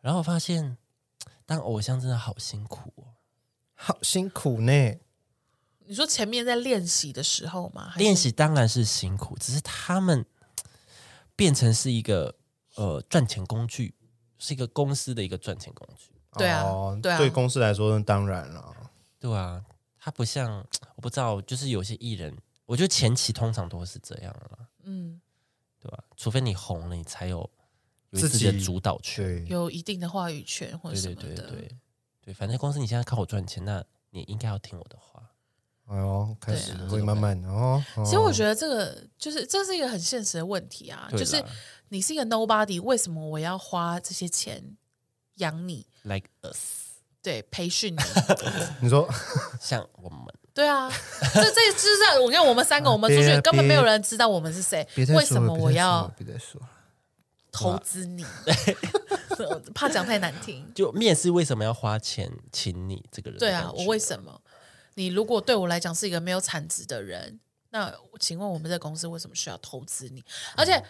S1: 然后我发现当偶像真的好辛苦哦，
S3: 好辛苦呢，
S2: 你说前面在练习的时候吗？还是
S1: 练习当然是辛苦，只是他们变成是一个呃赚钱工具，是一个公司的一个赚钱工具。
S2: 对啊
S3: 哦
S2: 对啊
S3: 对公司来说当然了，
S1: 对啊，他不像我不知道，就是有些艺人，我觉得前期通常都是这样了，
S2: 嗯，
S1: 对吧、除非你红了，你才有有自己
S3: 自
S1: 的
S3: 己
S1: 主导权。
S3: 对，
S2: 有一定的话语权或者
S1: 对
S2: 什
S1: 对对
S2: 么的，
S1: 对对，反正公司你现在靠我赚钱，那你应该要听我的话。
S3: 哎呦，开
S2: 对
S3: 始
S2: 啊
S3: 会慢慢哦。
S2: 其实我
S3: 得
S2: 觉得这个就是这是一个很现实的问题啊，
S1: 对
S2: 就
S1: 啦
S2: 是你是一个 nobody，为什么我要花这些钱养你？
S1: like us，
S2: 对，培训你，
S3: 你说
S1: 像我们，
S2: 对啊，这这就是我看我们 三个，我们出去
S3: 啊别
S2: 根本没有
S3: 别，
S2: 人知道我们是谁
S3: 别再
S2: 为
S3: 说
S2: 什
S3: 了
S2: 么我要？
S3: 别再说了
S2: 投资 你？ 怕讲太难听。
S1: 就面试为什么要花钱请你这个人？
S2: 对啊，我为什么？你如果对我来讲是一个没有产值的人，那请问我们这公司为什么需要投资你？而且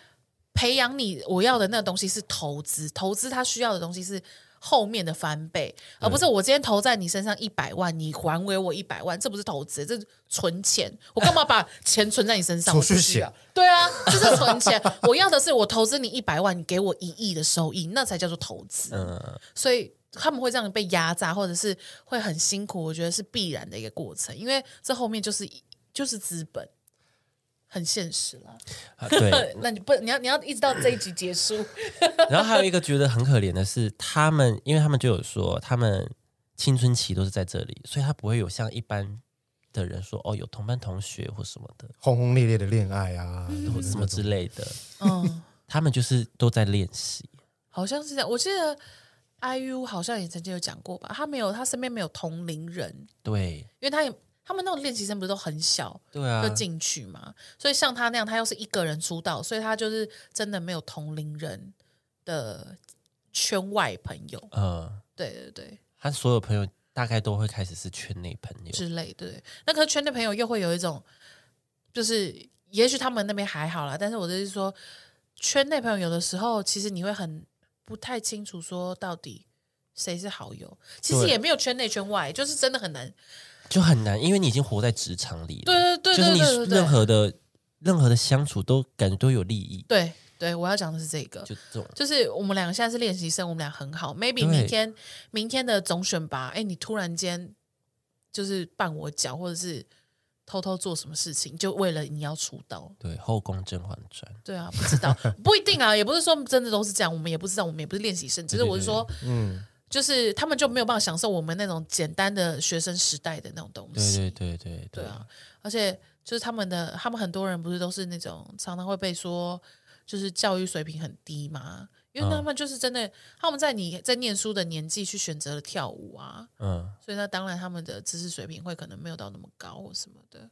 S2: 培养你我要的那个东西是投资，投资它需要的东西是后面的翻倍，而不是我今天投在你身上一百万，你还给我一百万，这不是投资，这是存钱。我干嘛把钱存在你身上？
S3: 储
S2: 我不
S3: 蓄
S2: 需要
S3: 险
S2: 对啊，这是存钱。我要的是我投资你一百万，你给我一亿的收益，那才叫做投资。
S3: 嗯
S2: 所以他们会这样被压榨，或者是会很辛苦，我觉得是必然的一个过程，因为这后面就是就是资本，很现实了。
S1: 啊 对，
S2: 那你不你要你要一直到这一集结束，
S1: 然后还有一个觉得很可怜的是，他们，因为他们就有说，他们青春期都是在这里，所以他不会有像一般的人说，哦，有同班同学或什么的，
S3: 轰轰烈烈的恋爱啊，
S1: 或什么之类的，
S2: 嗯，
S1: 他们就是都在练习。
S2: 好像是这样。我记得 IU 好像也曾经有讲过吧，他没有他身边没有同龄人，
S1: 对，
S2: 因为他也他们那种练习生不是都很小，
S1: 对啊
S2: 就，进去嘛。所以像他那样，他又是一个人出道，所以他就是真的没有同龄人的圈外朋友，
S1: 呃，
S2: 对对对
S1: 他所有朋友大概都会开始是圈内朋友，
S2: 之类，对对。那可是圈内朋友又会有一种，就是也许他们那边还好啦，但是我就是说，圈内朋友有的时候其实你会很不太清楚说到底。谁是好友？其实
S1: 对
S2: 也没有圈内圈外，就是真的很难。
S1: 就很难，因为你已经活在职场里了，
S2: 对对对对对
S1: 就是
S2: 对
S1: 你
S2: 对，
S1: 任何的任何的相处都感觉都有利益，
S2: 对对，我要讲的是这个。
S1: 就这种
S2: 就是我们两个现在是练习生，我们俩很好。Maybe
S1: 对
S2: 明天明天的总选拔，哎，你突然间就是绊我脚，或者是偷偷做什么事情，就为了你要出道。
S1: 对后宫甄嬛传，
S2: 对啊，不知道， 不一定啊，也不是说真的都是这样，我们也不知道，我们也不是练习生，只是
S1: 对对
S2: 我是说，
S3: 嗯，
S2: 就是他们就没有办法享受我们那种简单的学生时代的那种东
S1: 对
S2: 西。
S1: 对对对
S2: 对啊，而且就是他们的，他们很多人不是都是那种常常会被说，就是教育水平很低嘛，
S1: 嗯
S2: 因为他们就是真的，他们在你在念书的年纪去选择了跳舞啊，
S1: 嗯，
S2: 所以那当然他们的知识水平会可能没有到那么高或什么的，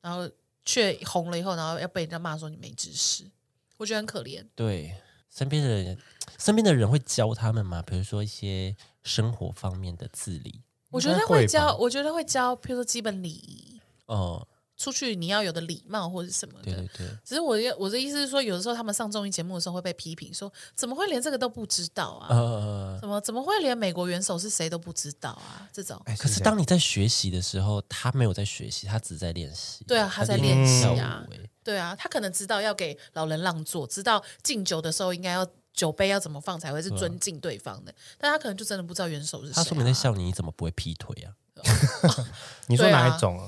S2: 然后却红了以后，然后要被人家骂说你没知识，我觉得很可怜。
S1: 对，身边的人，身边的人会教他们嘛，比如说一些生活方面的自理，
S2: 我觉得
S3: 会
S2: 会
S3: 吧
S2: 教，我觉得会教，譬如说基本礼仪，
S1: 哦，
S2: 出去你要有的礼貌或者什么的。
S1: 对对对，
S2: 只是我的我的意思是说，有的时候他们上综艺节目的时候会被批评说，怎么会连这个都不知道啊？
S1: 呃，
S2: 怎么怎么会连美国元首是谁都不知道啊？这种
S3: 哎，
S1: 可是当你在学习的时候，他没有在学习，他只在练习，
S2: 对啊他在
S3: 练习
S1: 跳舞
S2: 啊
S1: 欸
S2: 对啊，他可能知道要给老人让座，知道敬酒的时候应该要酒杯要怎么放才会是尊敬对方的，但他可能就真的不知道元首是谁、
S1: 他
S2: 啊。
S1: 说明在笑你，你怎么不会劈腿啊？
S3: 你说
S2: 对啊
S3: 哪一种啊？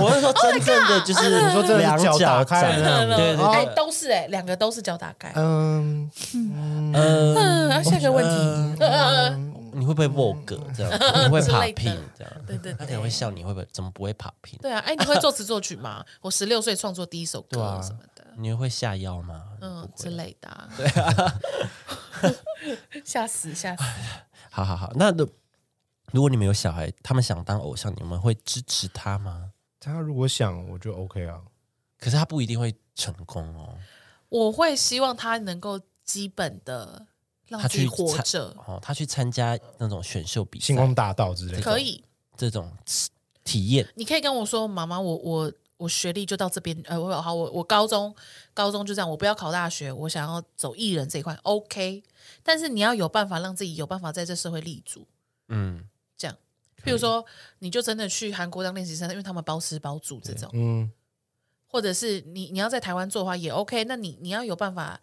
S1: 我是说真正的就是
S3: 你说真的
S1: 两
S3: 是脚打开
S1: 展
S3: 的
S2: 对了，
S3: 那种
S1: 对对
S2: Oh 哎、
S1: 对
S2: 都是哎、两个都是脚打开。
S3: 嗯
S1: 呃，
S2: 嗯，啊下一个问题，
S1: 你会不会 vogue 这样？你会
S2: 之
S1: 爬
S2: 类的
S1: 平这样？
S2: 对对
S1: 他可能
S2: 对
S1: 会。笑你会不会怎么不会爬平？
S2: 对啊，哎、你会作词作曲吗？我十六岁创作第一首歌
S3: 对啊
S2: 什么的。
S1: 你会下腰吗？
S2: 嗯
S1: 不
S2: 之
S1: 会。
S2: 类的、啊。对啊， 吓死吓死！
S1: 好好好，那如如果你们有小孩，他们想当偶像，你们会支持他吗？
S3: 他如果想，我就 OK 啊。
S1: 可是他不一定会成功哦。
S2: 我会希望他能够基本的让
S1: 他
S2: 自己
S1: 去
S2: 活
S1: 参
S2: 着，
S1: 哦，他去参加那种选秀比
S3: 星
S1: 赛，
S3: 光大道之类的，
S2: 啊可以。
S1: 这种体验，
S2: 你可以跟我说，妈妈，我我我学历就到这边，呃，我好，我我高中高中就这样，我不要考大学，我想要走艺人这一块，OK。但是你要有办法让自己有办法在这社会立足，
S1: 嗯，
S2: 这样。譬如说，你就真的去韩国当练习生，因为他们包吃包住这种。
S3: 嗯，
S2: 或者是你你要在台湾做的话也 OK，那你你要有办法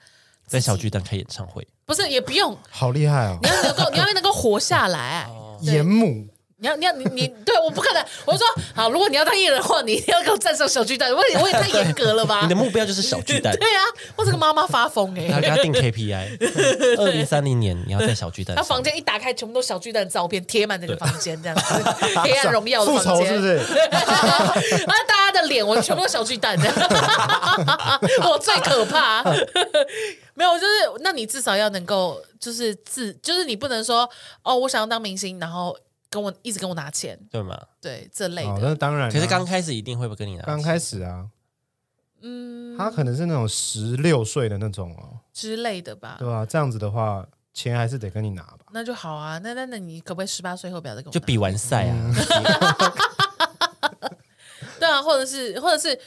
S1: 在小巨蛋开演唱会，
S2: 不是也不用，
S3: 好厉害哦
S2: 你，要能够，你要能够活下来。
S1: 哦
S2: 对
S3: 演母
S2: 你要你要你你对我不可能，我说好，如果你要当艺人的话，你一定要给我站上小巨蛋，我也我也太严格了吧
S1: 你的？目标就是小巨 蛋，
S2: 对啊，我这个妈妈发疯哎、
S1: 然 后给他定 KPI，二零三零年你要在小巨蛋
S2: 他
S1: 上。
S2: 房间一打开，全部都小巨蛋照片贴满整个房间，这样子， 黑暗荣耀的
S3: 复
S2: 房
S3: 仇
S2: 间，
S3: 是不是？
S2: 啊，大家的脸我全部都小巨蛋 的，我最可怕。 没有，就是那你至少要能够，就是自，就是你不能说哦，我想要当明星，然后跟我一直跟我拿钱，
S1: 对嘛？
S2: 对这类
S3: 哦，
S2: 的。
S3: 那当然啊。
S1: 可是刚开始一定会不跟你拿钱，
S3: 刚开始啊，嗯，他可能是那种十六岁的那种哦，
S2: 之类的吧
S3: 对，吧、这样子的话，钱还是得跟你拿吧。
S2: 那就好啊。那那那你可不可以十八岁后不要再跟我
S1: 就
S2: 拿
S1: 比完赛啊，
S2: 对啊，或者是或者是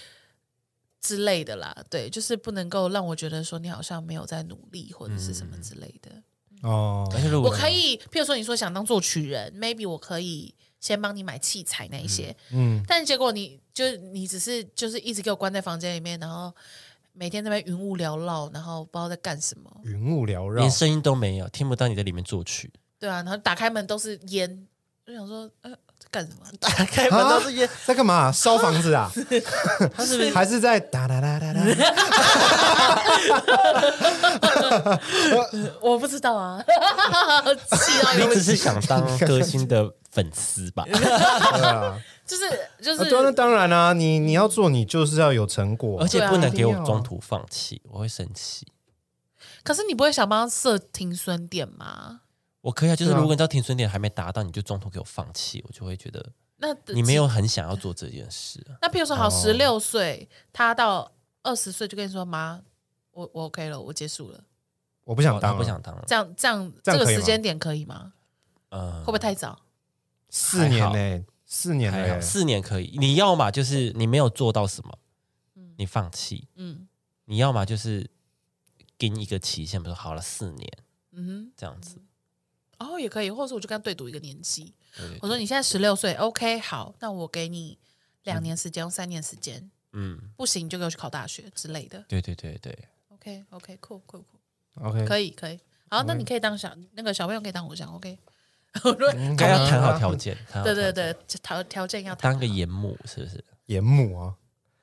S2: 之类的啦，对，就是不能够让我觉得说你好像没有在努力或者是什么之类的。
S3: 哦，
S1: 而且如
S2: 我
S1: 果
S2: 可以，譬如说你说想当作曲人，maybe 我可以先帮你买器材那一些，
S3: 嗯，
S2: 但结果你就是你只是就是一直给我关在房间里面，然后每天在那边云雾缭绕，然后不知道在干什么。
S3: 云雾缭绕
S1: 连，声音都没有，听不到你在里面作曲，
S2: 对啊，然后打开门都是烟，就想说，呃，在干什么？
S1: 打开
S3: 门
S1: 门
S3: 都
S1: 都
S3: 是
S1: 是烟，
S3: 在干嘛？烧房子啊？
S1: 他是不是
S3: 还是在哒 哒哒哒哒？
S2: 我不知道啊， 气到
S1: 你
S2: 一个
S1: 只是想当歌星的粉丝吧？
S3: 对啊，
S2: 就是就
S3: 啊对啊，那
S2: 是
S3: 当然啊，你你要做，你就是要有成果
S1: 而。且不能给
S3: 对啊一定要
S1: 我
S3: 啊
S1: 中途放弃，我会生气。
S2: 可是你不会想帮他设停损点吗？
S1: 我可以啊，就是
S3: 对啊
S1: 如果你到停损点还没达到，你就中途给我放弃，我就会觉得
S2: 那
S1: 你没有很想要做这件事啊。
S2: 那譬如说好，
S3: 哦
S2: 十六岁，他到二十岁就跟你说妈，我我 OK 了，我结束了，
S3: 我不想当
S1: 我哦
S3: 啊，
S1: 不想当了，
S2: 这样这样
S3: 这样
S2: 个
S3: 可以
S2: 时
S3: 吗
S2: 间点可以吗？
S1: 嗯，
S2: 会不会太早？
S3: 四年
S1: 还好
S3: 呢，四年欸
S1: 还好，
S3: 呢，
S1: 四年可以。你要嘛就是你没有做到什么，你放弃；
S2: 嗯
S1: 你要嘛就是给你一个期限，比如说好了四年
S2: 嗯
S1: 这样子。
S2: 哼，哦也可以，或者是我就跟他对赌一个年纪，
S1: 对
S3: 嗯
S1: 对
S2: 嗯我说你现在十六岁，OK，好，那我给你两年时间，三年时间，
S1: 嗯，
S2: 不行你就给我去考大学之类的。
S1: 对对对对，
S2: OK OK，酷酷酷，
S3: OK，
S2: 可以可以。好，那你可以当小那个小朋友可以当偶像，OK。我说
S3: 应
S1: 应该要谈好条件。谈好
S2: 对
S1: 条
S2: 对
S1: 件，
S2: 对，条条件要谈
S1: 当个严母是不是？
S3: 眼母啊。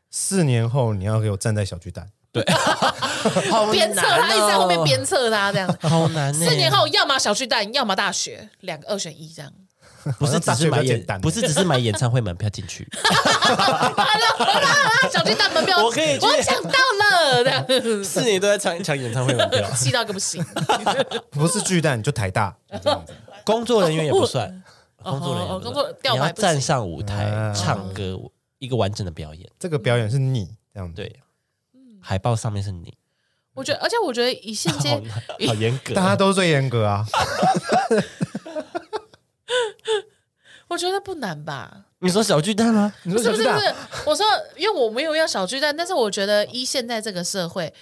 S3: 四年后你要给我站在小巨蛋，
S2: 鞭策他，一直在后面鞭策他这样。
S1: 好难欸呢。
S2: 四年后，要么小巨蛋，要么大学，两个二选一这样。
S1: 不是只是买
S3: 好像大学比较
S1: 演
S3: 简单，
S1: 不是只是买演唱会门票进去，
S2: 啊，小巨蛋门票，
S1: 我可以去
S2: 我抢到了，这样
S1: 四年都在抢抢演唱会门票
S2: 气到一个不行。
S3: 不是巨蛋你就台大，这样子
S1: 工作人员也不算，工作人员
S2: 哦
S1: 不算
S2: 工作调
S1: 你
S2: 牌
S1: 要
S2: 不行
S1: 站上舞台
S3: 啊
S1: 唱歌，一个完整的表演。
S3: 这个表演是你这样子。
S1: 对，
S2: 嗯
S1: 海报上面是你，
S2: 我觉得，而且我觉得以现
S1: 好
S2: 阶，
S1: 难 好严格
S3: 大。家都最严格啊，
S2: 我觉得不难吧？
S1: 你说小巨蛋吗？
S3: 你
S2: 不
S3: 说
S2: 是
S3: 小
S2: 不
S3: 巨
S2: 是不
S3: 蛋
S2: 是，我说，因为我没有要小巨蛋，但是我觉得依现在这个社会，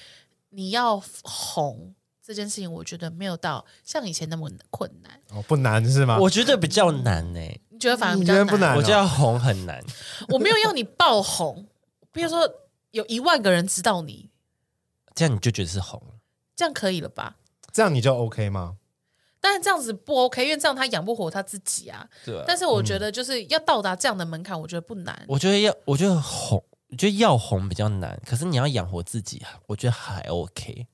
S2: 你要红这件事情，我觉得没有到像以前那么困难。
S3: 哦，不难是吗？
S1: 我觉得比较难呢、
S2: 你觉得反而比
S3: 你
S2: 较
S3: 觉得不难哦
S1: 我觉得要红很难。
S2: 我没有要你爆红，比如说有一万个人知道你，
S1: 这样你就觉得是红了。
S2: 这样可以了吧？
S3: 这样你就 OK 吗？
S2: 但是这样子不 OK，因为这样他养不活他自己啊。
S1: 对、
S2: 但是我觉得就是要到达这样的门槛，我觉得不难。
S1: 呃我觉得要，我觉得红，我觉得要红比较难。可是你要养活自己，我觉得还 OK。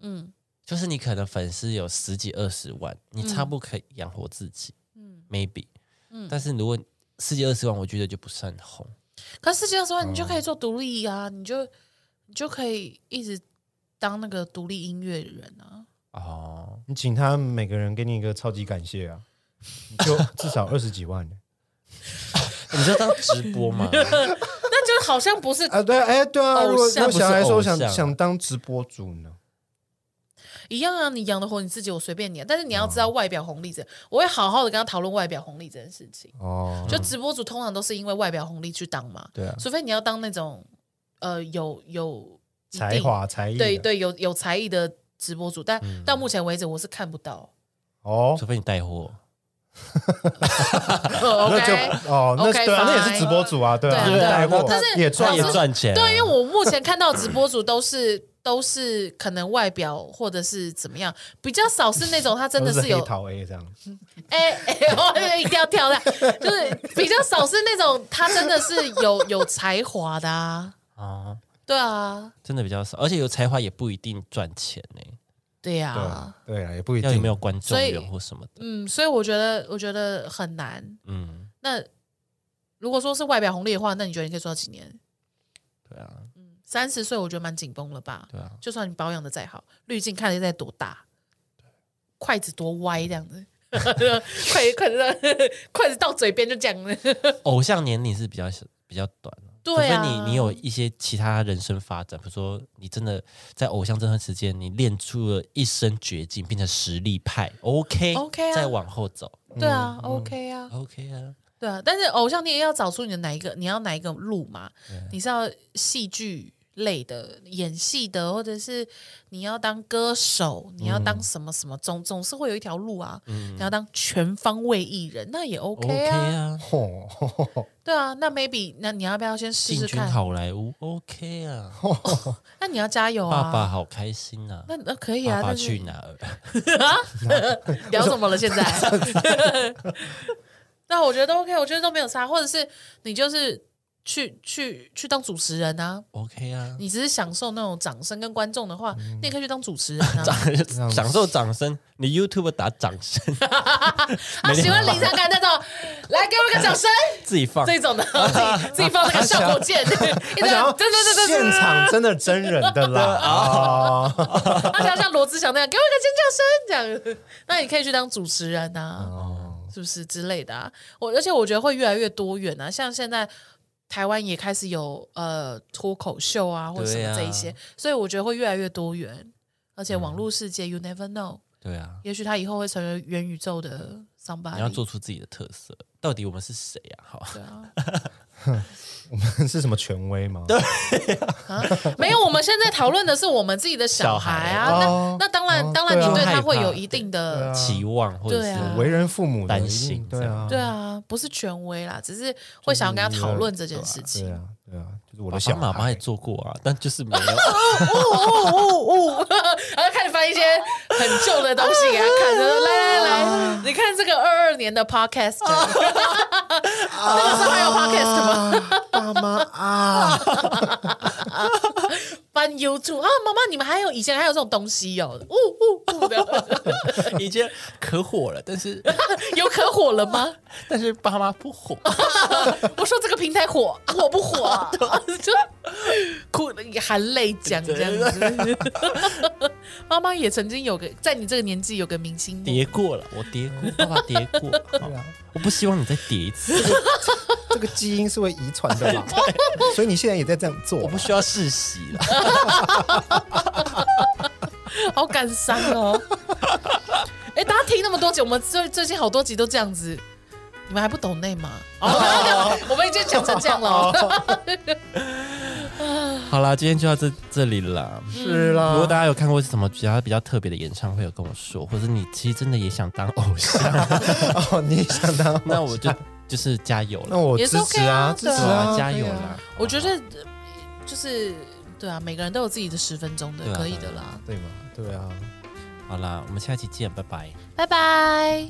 S2: 嗯
S1: 就是你可能粉丝有十几二十万，你差不多可以养活自己、
S2: 嗯，
S1: m a y b e
S2: 嗯
S1: 但是如果十几二十万，我觉得就不算红。
S2: 可是世界上你就可以做独立啊，你就你就可以一直当那个独立音乐人啊。
S1: 哦，
S3: 你请他每个人给你一个超级感谢啊，你 就至少二十几万欸呢
S1: 你就当直播 嘛，
S2: 啊那就好像不是，
S3: 啊！对啊，哎，对啊，
S2: 偶
S3: 如果
S2: 像啊
S3: 如果小孩说我想
S1: 不是偶像
S3: 想当直播主呢，
S2: 一样啊，你养得活你自己，我随便你、啊。但是你要知道外表红利这，我会好好的跟他讨论外表红利这件事情。
S3: 哦，
S2: 就直播主通常都是因为外表红利去当嘛，
S3: 对啊，
S2: 除非你要当那种呃有有一定
S3: 才，华才艺嗯啊，
S2: 对对，有有才艺的直播主。但到目前为止，我是看不 到。
S3: 哦
S1: 除，非你带货。
S3: 那
S2: OK，
S3: 就哦，那
S2: OK，
S3: 对啊，
S2: fine
S3: 那也是直播主啊，对啊，
S2: 对
S1: 对
S3: 带货
S2: 但是
S3: 也
S1: 赚
S3: 赚
S1: 也
S2: 老师
S1: 赚钱、啊
S2: 对，因为我目前看到直播主都是都是可能外表或者是怎么样，比较少是那种他真的
S3: 都是
S2: 是有
S3: 黑桃 A 这样，
S2: 哎、 哎，我一定要跳的，就是比较少是那种他真的是有有才华的啊，
S1: 啊，
S2: 对啊，
S1: 真的比较少，而且有才华也不一定赚钱呢、
S2: 对呀、
S3: 对啊，对啊，也不一
S1: 要有
S3: 定
S1: 没有观众
S2: 所以
S1: 缘或什么的，
S2: 嗯，所以我觉得我觉得很难。
S1: 嗯，
S2: 那如果说是外表红利的话，那你觉得你可以做到几年？
S1: 对啊，
S2: 三十岁我觉得蛮紧绷了吧？
S1: 对啊，
S2: 就算你保养的再好，滤镜看得再多大，筷子多歪这样子， 筷子筷子到 筷子到嘴边就这 样子。
S1: 偶像年龄是比较小比较短啊、
S2: 对啊，
S1: 除非你你有一些其他人生发展，比如说你真的在偶像这段时间，你练出了一身绝技，变成实力派，OK
S2: OK 啊
S1: 再往后走
S2: 对
S1: 嗯
S2: 啊、o k 啊，
S1: ，OK 啊，
S2: 对啊，但是偶像你也要找出你的哪一个，你要哪一个路嘛？
S1: 啊
S2: 你是要戏剧类的、演戏的，或者是你要当歌手，你要
S1: 嗯
S2: 当什么什么，总总是会有一条路啊。你要当全方位艺人，那也 OK 啊。
S1: 啊，
S3: 吼吼吼吼
S2: 对啊，那 maybe 那你要不要先试
S1: 进
S2: 试
S1: 军
S2: 看？
S1: 好莱坞，OK 啊，
S2: 那你要加油啊！
S1: 爸爸好开心啊，
S2: 那那可以啊，
S1: 爸爸
S2: 但是
S1: 去哪儿？
S2: 聊什么 了？现在？ 那我觉得都 OK，我觉得都没有差，或者是你就是去去去当主持人啊，
S1: OK 啊，
S2: 你只是享受那种掌声跟观众的话，你也可以去当主持人 啊。
S1: 掌享受掌声，你 YouTube 打掌声，
S2: 啊，喜欢林珊珊那种，来给我一个掌 声，
S1: 自己放。
S2: 这种的，自己自己放那个效果键，一直
S3: 他想要
S2: 对对对对
S3: 现
S2: 对，
S3: 场真的真人的 啦，
S1: 啊
S3: 哦
S2: 他想要像罗志祥那样，给我一个尖叫声这样。那你可以去当主持人啊，
S3: 哦
S2: 是不是之类的啊？我而且我觉得会越来越多元啊，像现在。台湾也开始有呃脱口秀啊，或者什
S1: 对
S2: 么
S1: 啊
S2: 这一些，所以我觉得会越来越多元，而
S3: 嗯
S2: 且网络世界、you never know，
S1: 对啊，
S2: 也许他以后会成为元宇宙的 somebody。
S1: 你要做出自己的特色。到底我们是谁啊？好，
S2: 对啊，
S3: 我们 是什么权威吗？对，
S2: 没有，我们现在讨论的是我们自己的小孩啊。
S3: 小孩
S2: 那、
S3: 哦
S2: 那当然，
S3: 哦
S2: 当然，
S3: 对啊啊
S2: 你对
S1: 害
S2: 他
S1: 怕
S2: 会有一定的
S1: 期望或者
S2: 对啊
S1: 是
S3: 为人父母的
S1: 担
S3: 一定
S1: 心
S3: 对啊，
S2: 对啊，不是权威啦，只是会想要跟他讨论这件事情
S3: 对。啊，对啊，就是我
S1: 我
S3: 的小
S1: 妈妈
S3: 孩
S1: 也做过啊，但就是没有。
S2: 哦哦哦，然后开始翻一些很旧的东西给他看，
S3: 啊
S2: 说来来来，你看这个二二年的 podcast，那 个时候还有 podcast 吗？
S3: 爸妈啊，
S2: 翻 YouTube 啊，妈妈，你们还有以前还有这种东西哦，呜呜呜的，
S1: 以前可火了，但是
S2: 有可火了吗？
S1: 但是爸妈不火，
S2: 我说这个平 台火火不火、啊？就 哭得含泪讲这样子。 妈妈也曾经有个在你这个年纪有个明星梦，
S1: 跌过了，我跌过，爸爸跌 过。好
S3: 对啊，
S1: 我不希望你再跌一次，
S3: 这个基因是会遗传的 啦，所以你现在也在这样做，
S1: 我 不需要世袭了。
S2: 好感伤哦。 哎、大家听那么多集，我们最最近好多集都这样子，你们还不懂内吗？
S1: 哦
S2: 我们已经讲成这样了。
S1: 好啦，今天就到这这里啦。
S3: 是
S1: 如果大
S3: 啦，
S1: 家有看过什么比较比较特别的演唱会，有跟我说，或者你其实真的也想当偶像，
S3: 哦，你想当，
S1: 那我就就是加油
S3: 那
S1: 了，
S3: 我
S2: 也
S3: 支
S2: 是 OK
S3: 持
S2: 啊
S3: 支持
S1: 对
S3: 啊
S1: 啊，，加油
S3: 对啊
S1: 啦！！
S2: 我觉得呃就是对啊，每个人都有自己的十分钟的，
S1: 对啊
S2: 可以的啦。
S3: 对嘛，对啊。
S1: 好啦，我们下期见，拜拜。
S2: 拜拜。